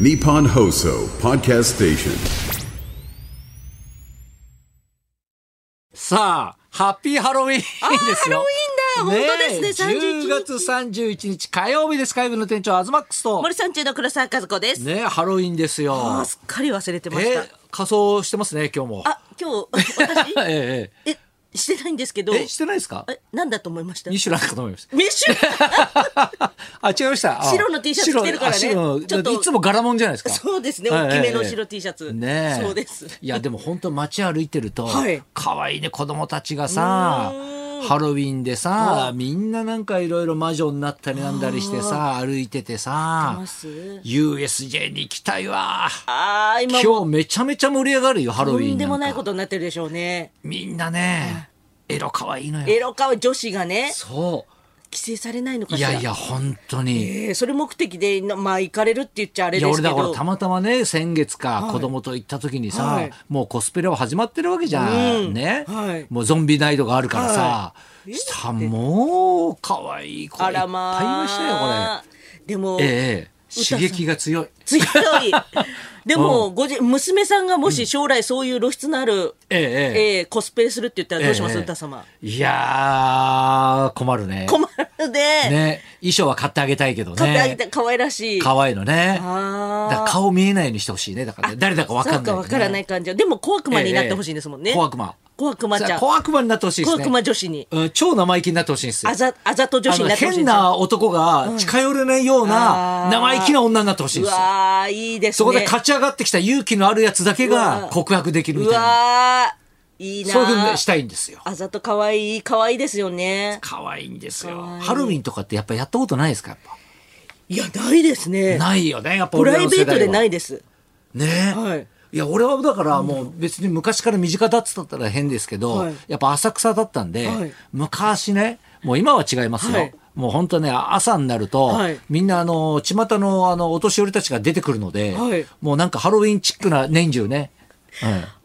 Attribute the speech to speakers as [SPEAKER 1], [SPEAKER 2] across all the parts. [SPEAKER 1] Nippon Hoso Podcast Station.
[SPEAKER 2] さあ、ハッピーハロウィーンですよ。
[SPEAKER 3] ハロウィーンだ本当ですね
[SPEAKER 2] え10月31日火曜日です。火曜日の店長、アズマックスと。
[SPEAKER 3] 森三中の黒沢和子です。
[SPEAKER 2] ねえハロウィーンですよ。
[SPEAKER 3] あーすっかり忘れて
[SPEAKER 2] え
[SPEAKER 3] ました。
[SPEAKER 2] ー仮装してますね、今日も。
[SPEAKER 3] あ、今日私
[SPEAKER 2] ええ
[SPEAKER 3] えしてないんですけど、
[SPEAKER 2] ええしてないですか
[SPEAKER 3] えなんだと思いました。
[SPEAKER 2] ミ
[SPEAKER 3] ミシ
[SPEAKER 2] シュランかと思いました。
[SPEAKER 3] ュ
[SPEAKER 2] あ、違いました。あ
[SPEAKER 3] 白の T シャツ着てるからね
[SPEAKER 2] 白のあ白の
[SPEAKER 3] ちょっと
[SPEAKER 2] いつも柄もんじゃないですか。
[SPEAKER 3] そうですね
[SPEAKER 2] ええ
[SPEAKER 3] 大きめの白 T シャツ
[SPEAKER 2] ええねえ
[SPEAKER 3] そうです
[SPEAKER 2] いや、でも本当街歩いてると
[SPEAKER 3] はい、
[SPEAKER 2] 可愛いね、子供たちがさ、ハロウィンでさ、みんななんかいろいろ魔女になったりなんだりしてさ、歩いててさ
[SPEAKER 3] ます、
[SPEAKER 2] USJ に行きたいわ。
[SPEAKER 3] あー今も
[SPEAKER 2] 今日めちゃめちゃ盛り上がるよ、ハロウ
[SPEAKER 3] と
[SPEAKER 2] ィ
[SPEAKER 3] ん
[SPEAKER 2] ン
[SPEAKER 3] でもな
[SPEAKER 2] ないんか。
[SPEAKER 3] ことになってるでしょうね。
[SPEAKER 2] みんなね、エロ可愛いのよ。
[SPEAKER 3] エロカ女子がね
[SPEAKER 2] そ
[SPEAKER 3] 規制されないの
[SPEAKER 2] う。
[SPEAKER 3] か
[SPEAKER 2] い
[SPEAKER 3] しら。
[SPEAKER 2] やいや、本当に。
[SPEAKER 3] えーそれ目的でなまあ行かれるって言っちゃあれ
[SPEAKER 2] いや
[SPEAKER 3] です
[SPEAKER 2] 俺
[SPEAKER 3] け
[SPEAKER 2] だから
[SPEAKER 3] ど。
[SPEAKER 2] たまたまね先月か子供と行った時にさ、
[SPEAKER 3] はい
[SPEAKER 2] もうコスプレは始まってるわけじゃん、
[SPEAKER 3] うん
[SPEAKER 2] ね、
[SPEAKER 3] はい
[SPEAKER 2] もうゾンビナイトがあるからさ、
[SPEAKER 3] は
[SPEAKER 2] したらもう可愛い子い
[SPEAKER 3] あ
[SPEAKER 2] っぱい
[SPEAKER 3] ら
[SPEAKER 2] い
[SPEAKER 3] まあ。
[SPEAKER 2] ましたよこれ。
[SPEAKER 3] でも。
[SPEAKER 2] ええ刺激が強い。
[SPEAKER 3] 強い。でも、ごじ、娘さんがもし将来そういう露出のある、
[SPEAKER 2] ええええ
[SPEAKER 3] ええコスプレするって言ったらどうしま
[SPEAKER 2] え
[SPEAKER 3] す、
[SPEAKER 2] え
[SPEAKER 3] 歌様。
[SPEAKER 2] いやー困るね。
[SPEAKER 3] 困るで、
[SPEAKER 2] ね衣装は買ってあげたいけどね。
[SPEAKER 3] 買ってあげた可愛らしい。
[SPEAKER 2] 可愛いのね。
[SPEAKER 3] あー
[SPEAKER 2] だから顔見えないようにしてほしいね。だからね、誰だかわかんない、ね。
[SPEAKER 3] そうわからない感じは。でも、小悪魔になってほしいんですもんね。
[SPEAKER 2] ええええ小悪魔。
[SPEAKER 3] 小悪魔ちゃん。
[SPEAKER 2] 小悪魔になってほしいです
[SPEAKER 3] 小
[SPEAKER 2] ね。
[SPEAKER 3] 悪魔女子に。
[SPEAKER 2] うん、超生意気になってほしいんですよ。
[SPEAKER 3] あざ、あざと女
[SPEAKER 2] あ
[SPEAKER 3] 子
[SPEAKER 2] の
[SPEAKER 3] になってほしい
[SPEAKER 2] 変
[SPEAKER 3] んですよ。
[SPEAKER 2] な男が近寄れないよう
[SPEAKER 3] あ
[SPEAKER 2] な
[SPEAKER 3] ー
[SPEAKER 2] 生意気な女になってほしいん
[SPEAKER 3] う
[SPEAKER 2] ですよ。
[SPEAKER 3] わー、いいですね。
[SPEAKER 2] そこで勝ち上がってきた勇気のあるやつだけ
[SPEAKER 3] う
[SPEAKER 2] が
[SPEAKER 3] わ
[SPEAKER 2] 告白できるみ
[SPEAKER 3] う
[SPEAKER 2] たいな。
[SPEAKER 3] わー、いいな
[SPEAKER 2] そういうふうにしたいんですよ。
[SPEAKER 3] あざと可愛い、可愛いですよね。
[SPEAKER 2] 可愛いんです
[SPEAKER 3] 可
[SPEAKER 2] よ。
[SPEAKER 3] 愛い
[SPEAKER 2] ハロウィンとかってやっぱやったことないですかやっぱ
[SPEAKER 3] いや、ないですね。
[SPEAKER 2] ないよね。やっぱ
[SPEAKER 3] プ
[SPEAKER 2] 俺
[SPEAKER 3] ラ
[SPEAKER 2] ら
[SPEAKER 3] イ
[SPEAKER 2] の
[SPEAKER 3] ベ
[SPEAKER 2] 世
[SPEAKER 3] ート
[SPEAKER 2] 代
[SPEAKER 3] で
[SPEAKER 2] は
[SPEAKER 3] ないです。
[SPEAKER 2] ね、
[SPEAKER 3] はい
[SPEAKER 2] いや俺はだからもう別に昔から身近だっつったら変ですけど、
[SPEAKER 3] はい
[SPEAKER 2] やっぱ浅草だったんで、
[SPEAKER 3] はい
[SPEAKER 2] 昔ねもう今は違いますよ、
[SPEAKER 3] はい
[SPEAKER 2] もう本当ね朝になると、
[SPEAKER 3] はい
[SPEAKER 2] みんなあの巷のあのお年寄りたちが出てくるので、
[SPEAKER 3] はい
[SPEAKER 2] もうなんかハロウィンチックな年中ね、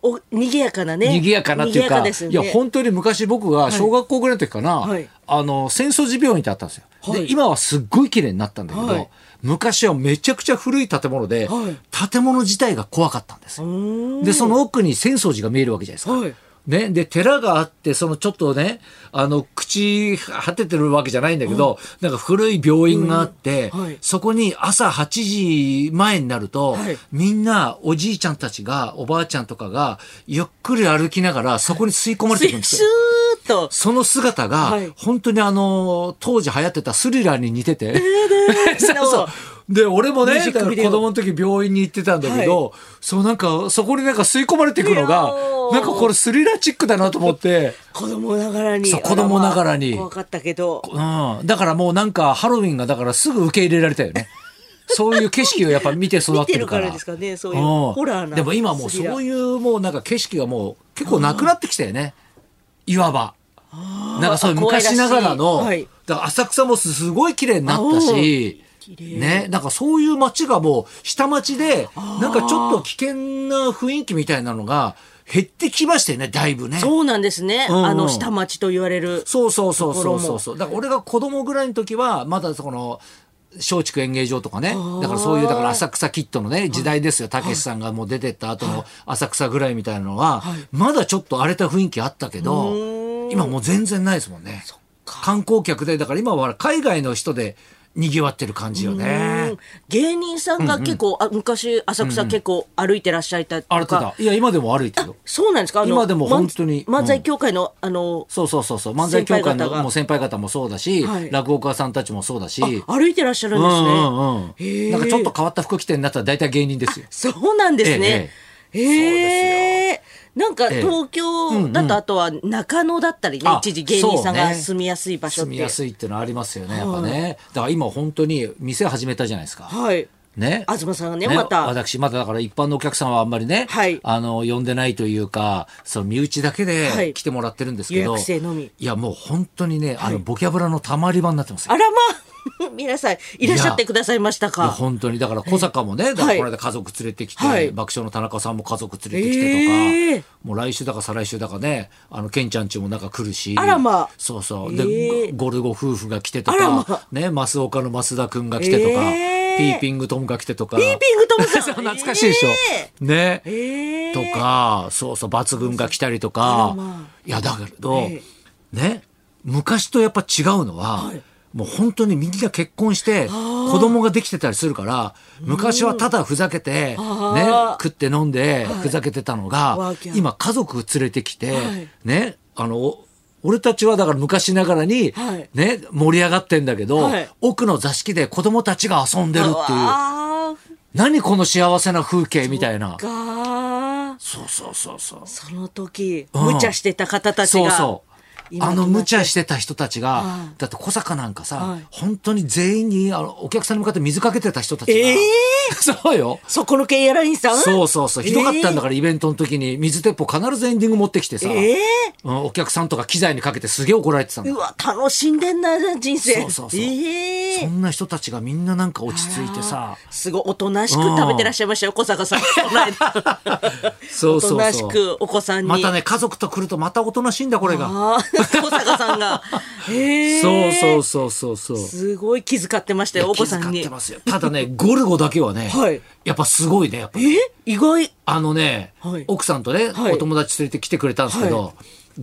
[SPEAKER 2] うん
[SPEAKER 3] お賑やかなね。
[SPEAKER 2] 賑やかなっていう
[SPEAKER 3] 賑
[SPEAKER 2] か
[SPEAKER 3] やですよ
[SPEAKER 2] い
[SPEAKER 3] ね。
[SPEAKER 2] や本当に昔僕が小学校ぐらいの時かな、
[SPEAKER 3] はい
[SPEAKER 2] あの浅草寺病院ってあったんですよ、
[SPEAKER 3] はい
[SPEAKER 2] で今はすっごい綺麗になったんだけど、
[SPEAKER 3] はい
[SPEAKER 2] 昔はめちゃくちゃ古い建物で、
[SPEAKER 3] は
[SPEAKER 2] 建物自体が怖かったんですよでその奥に浅草寺が見えるわけじゃないですか、
[SPEAKER 3] はい
[SPEAKER 2] ね、で寺があってそのちょっとねあの口果ててるわけじゃないんだけど、なんか古い病院があって、
[SPEAKER 3] うんはい
[SPEAKER 2] そこに朝8時前になると、
[SPEAKER 3] はい
[SPEAKER 2] みんなおじいちゃんたちがおばあちゃんとかがゆっくり歩きながらそこに吸い込まれていくんです
[SPEAKER 3] ス
[SPEAKER 2] よ。
[SPEAKER 3] ーッと。
[SPEAKER 2] その姿が、
[SPEAKER 3] はい
[SPEAKER 2] 本当にあの当時流行ってたスリラーに似てて。 そうそうで俺も
[SPEAKER 3] ミュ
[SPEAKER 2] ね
[SPEAKER 3] ージ
[SPEAKER 2] だ
[SPEAKER 3] ッ
[SPEAKER 2] か
[SPEAKER 3] ク
[SPEAKER 2] ら子
[SPEAKER 3] ビデオ
[SPEAKER 2] 供の時病院に行ってたんだけど、そうなんかそこになんか吸い込まれていくのが
[SPEAKER 3] いやー
[SPEAKER 2] なんかこれスリラーチックだなと思って。
[SPEAKER 3] 子供ながらに。
[SPEAKER 2] そう
[SPEAKER 3] あらまあ
[SPEAKER 2] 子供ながらに
[SPEAKER 3] 怖かったけど。
[SPEAKER 2] うん、だからもうなんかハロウィンがだからすぐ受け入れられたよ ね。そういう景色をやっぱ見て育ってるから。
[SPEAKER 3] 見てるからですかねそういうんホラーな
[SPEAKER 2] でも今もう
[SPEAKER 3] スリラー
[SPEAKER 2] そういうもうなんか景色がもう結構なくなってきたよね。いわば。なんかそういう
[SPEAKER 3] 怖いらしい
[SPEAKER 2] 昔ながらの、
[SPEAKER 3] はい
[SPEAKER 2] だから浅草もすごい綺麗になったし
[SPEAKER 3] おー綺、麗
[SPEAKER 2] ね、なんかそういう街がもう下町で、なんかちょっと危険な雰囲気みたいなのが減ってきましたよね、だいぶね。
[SPEAKER 3] そうなんですね。
[SPEAKER 2] うんうん
[SPEAKER 3] あの、下町と言われる。
[SPEAKER 2] そうそうそう
[SPEAKER 3] とこ
[SPEAKER 2] そ
[SPEAKER 3] ろ
[SPEAKER 2] うそ
[SPEAKER 3] も
[SPEAKER 2] うそう。だから俺が子供ぐらいの時は、まだその、松竹演芸場とかね。だからそういう、だから浅草キッドのね、時代ですよ。たけしさんがもう出てった後の浅草ぐらいみたいなのは、まだちょっと荒れた雰囲気あったけど、今もう全然ないですもんね。観光客で、だから今は海外の人で賑わってる感じよ
[SPEAKER 3] う
[SPEAKER 2] ね
[SPEAKER 3] ん。芸人さんが結構、あ昔、浅草結構歩いてらっしゃいたとか。
[SPEAKER 2] 歩いてた。いや、今でも歩いてるよ。
[SPEAKER 3] そうなんですかあの
[SPEAKER 2] 今でも本当に
[SPEAKER 3] 漫
[SPEAKER 2] うん
[SPEAKER 3] 漫才協会の、あの、
[SPEAKER 2] そうそうそうそう。漫才協会
[SPEAKER 3] 先輩方が
[SPEAKER 2] のもう先輩方もそうだし、
[SPEAKER 3] はい
[SPEAKER 2] 落語家さんたちもそうだし。
[SPEAKER 3] 歩いてらっしゃるん
[SPEAKER 2] う
[SPEAKER 3] で
[SPEAKER 2] ん
[SPEAKER 3] すね。
[SPEAKER 2] うんう
[SPEAKER 3] へえ
[SPEAKER 2] ん。なんかちょっと変わった服着てになったら大体芸人ですよ。
[SPEAKER 3] そうなんですね。へえなんか
[SPEAKER 2] ええ
[SPEAKER 3] 東京だとあとは中野だったりね、
[SPEAKER 2] あ
[SPEAKER 3] 一時芸人さんが
[SPEAKER 2] そうね
[SPEAKER 3] 住みやすい場所っ
[SPEAKER 2] 住
[SPEAKER 3] て。
[SPEAKER 2] みやすいっていうのはありますよね、やっぱね。だから今本当に店始めたじゃないですか。
[SPEAKER 3] はい。
[SPEAKER 2] ね。
[SPEAKER 3] 東さんがねまた
[SPEAKER 2] 私、まだだから一般のお客さんはあんまりね、
[SPEAKER 3] はい
[SPEAKER 2] あの、呼んでないというか、その身内だけ
[SPEAKER 3] はい
[SPEAKER 2] で来てもらってるんですけど、
[SPEAKER 3] 予約制のみ
[SPEAKER 2] いや、もう本当にね、あの、ボキャブラのたまり場になってますよ
[SPEAKER 3] あらま あ、皆さんいらっしゃってくださいました
[SPEAKER 2] いや
[SPEAKER 3] か。
[SPEAKER 2] 本当にだから小坂もね、だから
[SPEAKER 3] はい
[SPEAKER 2] この間家族連れてきて、
[SPEAKER 3] はい
[SPEAKER 2] 爆笑の田中さんも家族連れてきて
[SPEAKER 3] え
[SPEAKER 2] とか、もう来週だか再来週だかねあのケンちゃんちもなんか来るし
[SPEAKER 3] あらま
[SPEAKER 2] そうそうで、
[SPEAKER 3] ええ
[SPEAKER 2] ゴルゴ夫婦が来てと
[SPEAKER 3] あら
[SPEAKER 2] か、
[SPEAKER 3] ま
[SPEAKER 2] ね、増岡の増田君が来てとか、
[SPEAKER 3] え
[SPEAKER 2] ピーピングトムが来てとか。
[SPEAKER 3] ピーピングトムさん
[SPEAKER 2] そう 懐かしいでしょ。ね。
[SPEAKER 3] ええ
[SPEAKER 2] とか、そうそう、抜群が来たりと
[SPEAKER 3] あら
[SPEAKER 2] か
[SPEAKER 3] ま。
[SPEAKER 2] いや、だけど、
[SPEAKER 3] え
[SPEAKER 2] ね、昔とやっぱ違うのは、もう本当にみんな結婚して子供ができてたりするから昔はただふざけて、ね、
[SPEAKER 3] あー
[SPEAKER 2] 食って飲んでふざけてたのが、
[SPEAKER 3] ワーキャー
[SPEAKER 2] 今家族連れてきて、
[SPEAKER 3] はい
[SPEAKER 2] ねあのお俺たちはだから昔ながらに、
[SPEAKER 3] はい
[SPEAKER 2] ね、盛り上がってんだけど、
[SPEAKER 3] はい
[SPEAKER 2] 奥の座敷で子供たちが遊んでるっていう
[SPEAKER 3] あ
[SPEAKER 2] 何この幸せな風景みたいな
[SPEAKER 3] ーが
[SPEAKER 2] そうそうそうそう
[SPEAKER 3] その時
[SPEAKER 2] うん
[SPEAKER 3] 無茶してた方たちが、
[SPEAKER 2] そうそう
[SPEAKER 3] 今
[SPEAKER 2] あ
[SPEAKER 3] とな
[SPEAKER 2] の
[SPEAKER 3] って
[SPEAKER 2] 無茶してた人たちが、
[SPEAKER 3] はい
[SPEAKER 2] だって小坂なんかさ、
[SPEAKER 3] はい
[SPEAKER 2] 本当に全員にあのお客さんに向かって水かけてた人たちが、
[SPEAKER 3] ええ
[SPEAKER 2] そうよ
[SPEAKER 3] そこの系やらにさん
[SPEAKER 2] そうそうそうひどかったんだ
[SPEAKER 3] か
[SPEAKER 2] から、イベントの時に水鉄砲必ずエンディング持ってきてさ、
[SPEAKER 3] ええ
[SPEAKER 2] うんお客さんとか機材にかけてすげえ怒られてたの
[SPEAKER 3] うわ楽しんでんな人生
[SPEAKER 2] そうそうそう
[SPEAKER 3] ええ
[SPEAKER 2] そんな人たちがみんななんか落ち着いてさ
[SPEAKER 3] すごいおとなしく食べてらっしゃいましたよ小 坂さんこの間
[SPEAKER 2] そ
[SPEAKER 3] お
[SPEAKER 2] うそ
[SPEAKER 3] と
[SPEAKER 2] う
[SPEAKER 3] なし
[SPEAKER 2] そう
[SPEAKER 3] くお子さんに
[SPEAKER 2] またね家族と来るとまたおとなしいんだこれが
[SPEAKER 3] あー小坂さ んがええ
[SPEAKER 2] そうそうそうそうそう
[SPEAKER 3] すごい気遣ってましたよお子さん
[SPEAKER 2] 気遣っ
[SPEAKER 3] に
[SPEAKER 2] てますよただねゴルゴだけはね、
[SPEAKER 3] はい
[SPEAKER 2] やっぱすごいねやっぱ
[SPEAKER 3] え意外
[SPEAKER 2] あのね、
[SPEAKER 3] はい
[SPEAKER 2] 奥さんとね、
[SPEAKER 3] はい
[SPEAKER 2] お友達連れて来てくれたんですけど、
[SPEAKER 3] は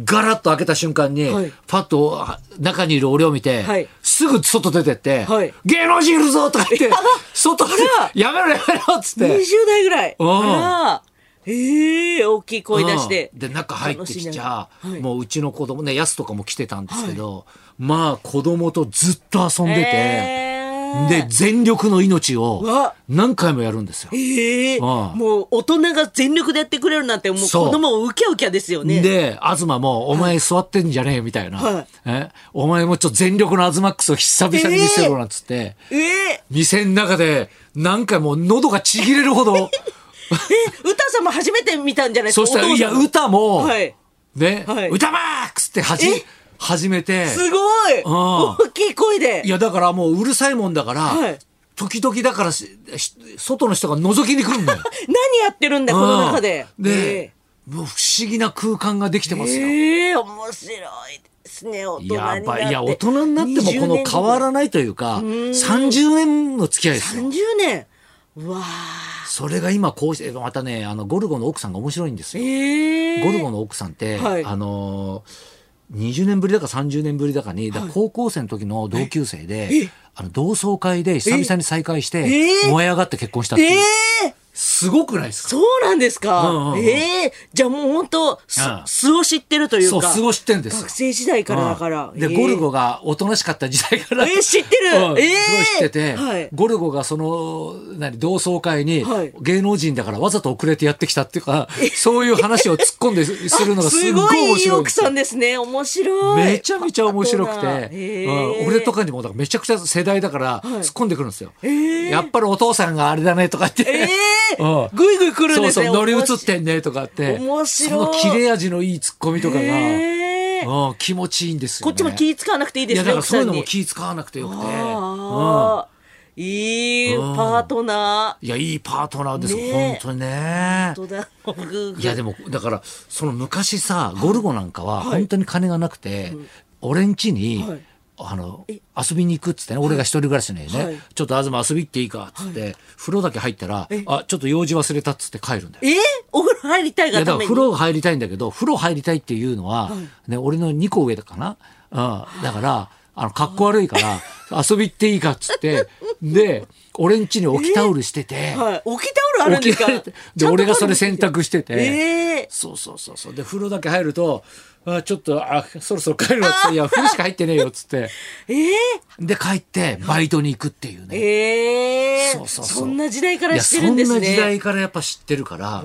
[SPEAKER 2] ガラッと開けた瞬間に、
[SPEAKER 3] はい
[SPEAKER 2] パッとあ中にいる俺を見て、
[SPEAKER 3] はい
[SPEAKER 2] すぐ外出てって、
[SPEAKER 3] はい
[SPEAKER 2] 芸能人いるぞとか 言って、外で
[SPEAKER 3] あら、
[SPEAKER 2] やめろやめろっつって。
[SPEAKER 3] 20代ぐらい。
[SPEAKER 2] うん
[SPEAKER 3] あらええ大きい声出して。
[SPEAKER 2] うんで中入ってきちゃ、
[SPEAKER 3] 楽しんではい
[SPEAKER 2] もううちの子供ねやすとかも来てたんですけど、まあ子供とずっと遊んでて、
[SPEAKER 3] え
[SPEAKER 2] で全力の命を
[SPEAKER 3] うわ
[SPEAKER 2] 何回もやるんですよ。
[SPEAKER 3] ええ
[SPEAKER 2] うん
[SPEAKER 3] もう大人が全力でやってくれるなんて、もう子
[SPEAKER 2] そう
[SPEAKER 3] 供をウキャウキャですよね。
[SPEAKER 2] で、東も、お前座ってんじゃねえみたいな。
[SPEAKER 3] はい
[SPEAKER 2] えお前もちょっと全力のアズマックスを久々に見せろなんつって、
[SPEAKER 3] ええ
[SPEAKER 2] 店の中で何回も喉がちぎれるほ ど、
[SPEAKER 3] え、歌さんも初めて見たんじゃないです
[SPEAKER 2] そ
[SPEAKER 3] か
[SPEAKER 2] したら、
[SPEAKER 3] お父
[SPEAKER 2] い
[SPEAKER 3] さ
[SPEAKER 2] や、
[SPEAKER 3] ん
[SPEAKER 2] 歌も、
[SPEAKER 3] はい。
[SPEAKER 2] ね、
[SPEAKER 3] はい
[SPEAKER 2] 歌マックスってはじ
[SPEAKER 3] え、
[SPEAKER 2] 始めて、
[SPEAKER 3] すごい大きい声で。
[SPEAKER 2] いや、だからもううるさいもんだから、
[SPEAKER 3] はい
[SPEAKER 2] 時々だからし、し外の人が覗きに来るんだよ。
[SPEAKER 3] 何やってるんだ、 この中で。
[SPEAKER 2] うんで、
[SPEAKER 3] え
[SPEAKER 2] もう不思議な空間ができて
[SPEAKER 3] え
[SPEAKER 2] ますよ。
[SPEAKER 3] ええ面白いですね、大人になっ
[SPEAKER 2] や
[SPEAKER 3] て。
[SPEAKER 2] ばい。いや、大人になってもこの変わらないというか、30年の付き合いですよ。
[SPEAKER 3] 30年。うわあ
[SPEAKER 2] それが今こうして、またね、あの、ゴルゴの奥さんが面白いんですよ。
[SPEAKER 3] ええ
[SPEAKER 2] ゴルゴの奥さんって、
[SPEAKER 3] はい
[SPEAKER 2] あのー、20年ぶりだか30年ぶりだかに、だから高校生の時の同級生で、あの同窓会で久々に再会して、
[SPEAKER 3] ええ
[SPEAKER 2] 燃え上がって結婚したって
[SPEAKER 3] え
[SPEAKER 2] いう、
[SPEAKER 3] え
[SPEAKER 2] すごくないですか
[SPEAKER 3] そうなんですか、
[SPEAKER 2] うんうんうん
[SPEAKER 3] ええじゃあもう本当す
[SPEAKER 2] うん
[SPEAKER 3] 素を知ってるという
[SPEAKER 2] そう、
[SPEAKER 3] か
[SPEAKER 2] すごい知ってんですよ
[SPEAKER 3] 学。生時代からだから、
[SPEAKER 2] うんで、
[SPEAKER 3] ええ
[SPEAKER 2] ゴルゴがおとなしかった時代から。
[SPEAKER 3] えー知ってる
[SPEAKER 2] うん
[SPEAKER 3] え
[SPEAKER 2] す
[SPEAKER 3] ー
[SPEAKER 2] ごい知ってて、
[SPEAKER 3] はい
[SPEAKER 2] ゴルゴがその、何、同窓会に
[SPEAKER 3] はい、
[SPEAKER 2] 芸能人だからわざと遅れてやってきたっていうか、そういう話を突っ込んでするのがすっごい面白い
[SPEAKER 3] すごいいい
[SPEAKER 2] で
[SPEAKER 3] 奥
[SPEAKER 2] す
[SPEAKER 3] さ
[SPEAKER 2] よ
[SPEAKER 3] んですね面白い
[SPEAKER 2] めちゃめちゃ面白くて、
[SPEAKER 3] パパだええ
[SPEAKER 2] うん俺とかにもだからめちゃくちゃ世代だから突っ込んでくるんですよ、
[SPEAKER 3] ええ
[SPEAKER 2] やっぱりお父さんがあれだねとかって、
[SPEAKER 3] ええ
[SPEAKER 2] うん
[SPEAKER 3] ぐいぐい来るんです
[SPEAKER 2] そう
[SPEAKER 3] ね
[SPEAKER 2] そう乗り移ってんねとかって
[SPEAKER 3] 面白い
[SPEAKER 2] その切れ味のいい突っ込みとかが、
[SPEAKER 3] ええ
[SPEAKER 2] うん、気持ちいいんですよ、
[SPEAKER 3] こ
[SPEAKER 2] ね、
[SPEAKER 3] っちも気使わなくていいで
[SPEAKER 2] い
[SPEAKER 3] す
[SPEAKER 2] や
[SPEAKER 3] ね
[SPEAKER 2] だから
[SPEAKER 3] 奥
[SPEAKER 2] そういう
[SPEAKER 3] さ
[SPEAKER 2] んの
[SPEAKER 3] に
[SPEAKER 2] も気使わなくてよくて、うん
[SPEAKER 3] ああ、いいパートナ
[SPEAKER 2] いやいいパートナーですよ、
[SPEAKER 3] ねえ
[SPEAKER 2] 本当にね
[SPEAKER 3] ー。本当だグーグー
[SPEAKER 2] いやでもだからその昔さゴルゴなんかは本当に金がなくて、俺ん家に、
[SPEAKER 3] はい
[SPEAKER 2] あの遊びに行くっつってね俺が一人暮らしの家ね、
[SPEAKER 3] はい
[SPEAKER 2] ちょっと東遊び行っていいかっつって、風呂だけ入ったらあちょっと用事忘れたっつって帰るんだよ。
[SPEAKER 3] ええお風呂入りたい
[SPEAKER 2] いや
[SPEAKER 3] が
[SPEAKER 2] だか
[SPEAKER 3] た
[SPEAKER 2] ら
[SPEAKER 3] めに
[SPEAKER 2] 風呂入りたいんだけど風呂入りたいっていうのは、ね、俺の2個上だかな、うん、だからあのかっこ悪いから遊び行っていいかっつ ってで俺ん家に置きタオルしてて、
[SPEAKER 3] はい、置きタオルあるんですか
[SPEAKER 2] 置き で俺がそれ洗濯してて、
[SPEAKER 3] ええ
[SPEAKER 2] そうそうそうそうで風呂だけ入ると「あちょっとあそろそろ帰るわ」っつって「いや風呂しか入ってねえよ」っつって
[SPEAKER 3] ええ
[SPEAKER 2] で帰ってバイトに行くっていうね。
[SPEAKER 3] ええ
[SPEAKER 2] そうそうそうん
[SPEAKER 3] な時代か
[SPEAKER 2] い
[SPEAKER 3] ら
[SPEAKER 2] や
[SPEAKER 3] 知
[SPEAKER 2] そ
[SPEAKER 3] ってるん
[SPEAKER 2] ん
[SPEAKER 3] ですね。
[SPEAKER 2] な時代からやっぱ知ってるから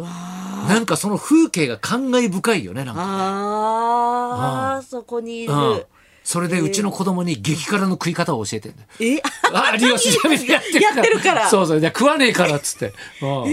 [SPEAKER 2] なんかその風景が感慨深いよねなんか
[SPEAKER 3] ああ、そこにいる。
[SPEAKER 2] うん、それでうちの子供に激辛の食い方を教えてるんだ よ。
[SPEAKER 3] え、
[SPEAKER 2] あ有吉 ダメでやってるから
[SPEAKER 3] やってるから
[SPEAKER 2] そうそうで食わねえからっつって、うん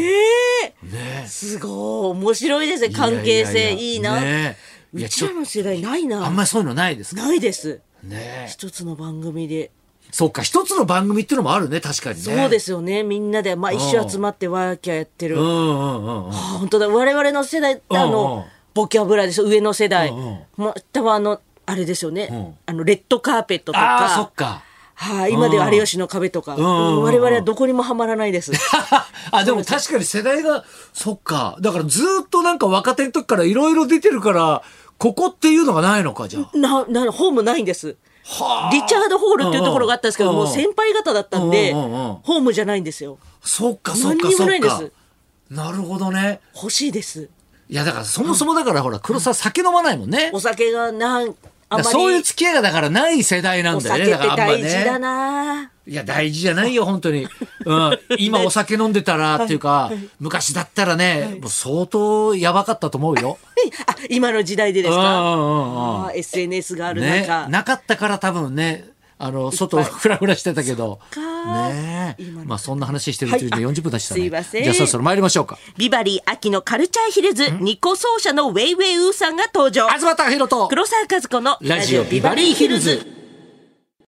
[SPEAKER 2] ね
[SPEAKER 3] すごい面白いですね
[SPEAKER 2] え
[SPEAKER 3] 関係性
[SPEAKER 2] ややや
[SPEAKER 3] いいな、
[SPEAKER 2] ねえいうや
[SPEAKER 3] ち
[SPEAKER 2] ちょ
[SPEAKER 3] らの世代ないな
[SPEAKER 2] あんまりそういうのないですか
[SPEAKER 3] ないです
[SPEAKER 2] ねえ
[SPEAKER 3] 一つの番組で、
[SPEAKER 2] そっか一つの番組っていうのもあるね確かにね
[SPEAKER 3] そうですすよねみんなで、まあ、一緒集まってワーキャーやってる、
[SPEAKER 2] う
[SPEAKER 3] あ
[SPEAKER 2] んうんうんうん
[SPEAKER 3] 本当だ我々の世代ってあの、
[SPEAKER 2] うんうん
[SPEAKER 3] ボキャブラです上の世代、
[SPEAKER 2] うんうん
[SPEAKER 3] まあ、多分あのあれですよね、
[SPEAKER 2] ん
[SPEAKER 3] あのレッドカーペットと
[SPEAKER 2] あ
[SPEAKER 3] か
[SPEAKER 2] あそっか
[SPEAKER 3] はい、今では有吉の壁とか、うん
[SPEAKER 2] うんうん
[SPEAKER 3] 我々はどこにもはまらないです。
[SPEAKER 2] あでも確かに世代がそっかだからずっとなんか若手の時からいろいろ出てるからここっていうのがないのかじゃあ。
[SPEAKER 3] な、な、ホームないんです。
[SPEAKER 2] はあ
[SPEAKER 3] リチャードホールっていうところがあったんですけ
[SPEAKER 2] う
[SPEAKER 3] ど、
[SPEAKER 2] んうん
[SPEAKER 3] もう先輩方だったんで、
[SPEAKER 2] うんうんうん
[SPEAKER 3] ホームじゃないんですよ。
[SPEAKER 2] そっかそっ
[SPEAKER 3] 何
[SPEAKER 2] か
[SPEAKER 3] にも
[SPEAKER 2] そ
[SPEAKER 3] な
[SPEAKER 2] っ
[SPEAKER 3] いで
[SPEAKER 2] か
[SPEAKER 3] す。
[SPEAKER 2] なるほどね。
[SPEAKER 3] 欲しいです。
[SPEAKER 2] いやだからそもそもだからほら黒沢酒飲まないもんね。
[SPEAKER 3] お酒がなん、
[SPEAKER 2] だ
[SPEAKER 3] あんまり。
[SPEAKER 2] からそういう付き合いがだからない世代なん
[SPEAKER 3] お
[SPEAKER 2] だよ
[SPEAKER 3] 酒っ
[SPEAKER 2] ね。
[SPEAKER 3] て
[SPEAKER 2] だからあんま
[SPEAKER 3] 大
[SPEAKER 2] ね
[SPEAKER 3] 事だな、
[SPEAKER 2] いや、大事じゃないよ、本当に。うん。今お酒飲んでたらっていうか、昔だったらね、もう相当やばかったと思うよ。
[SPEAKER 3] はいあ、今の時代でですか。
[SPEAKER 2] うんうんうんうん
[SPEAKER 3] あー SNS がある
[SPEAKER 2] ね。
[SPEAKER 3] 中、
[SPEAKER 2] なかったから多分ね、あの、外をふらふらしてたけど。ねえ
[SPEAKER 3] 今の
[SPEAKER 2] まあそんな話してるうちに
[SPEAKER 3] はい
[SPEAKER 2] 40分出したね。
[SPEAKER 3] すいません
[SPEAKER 2] じゃあそろそろ参りましょうか。
[SPEAKER 3] ビバリー秋のカルチャーヒルズ、二個奏者のウェイウェイウーさんが登場。
[SPEAKER 2] 東隆弘と、
[SPEAKER 3] 黒沢和子の
[SPEAKER 2] ラジオビバリーヒルズ。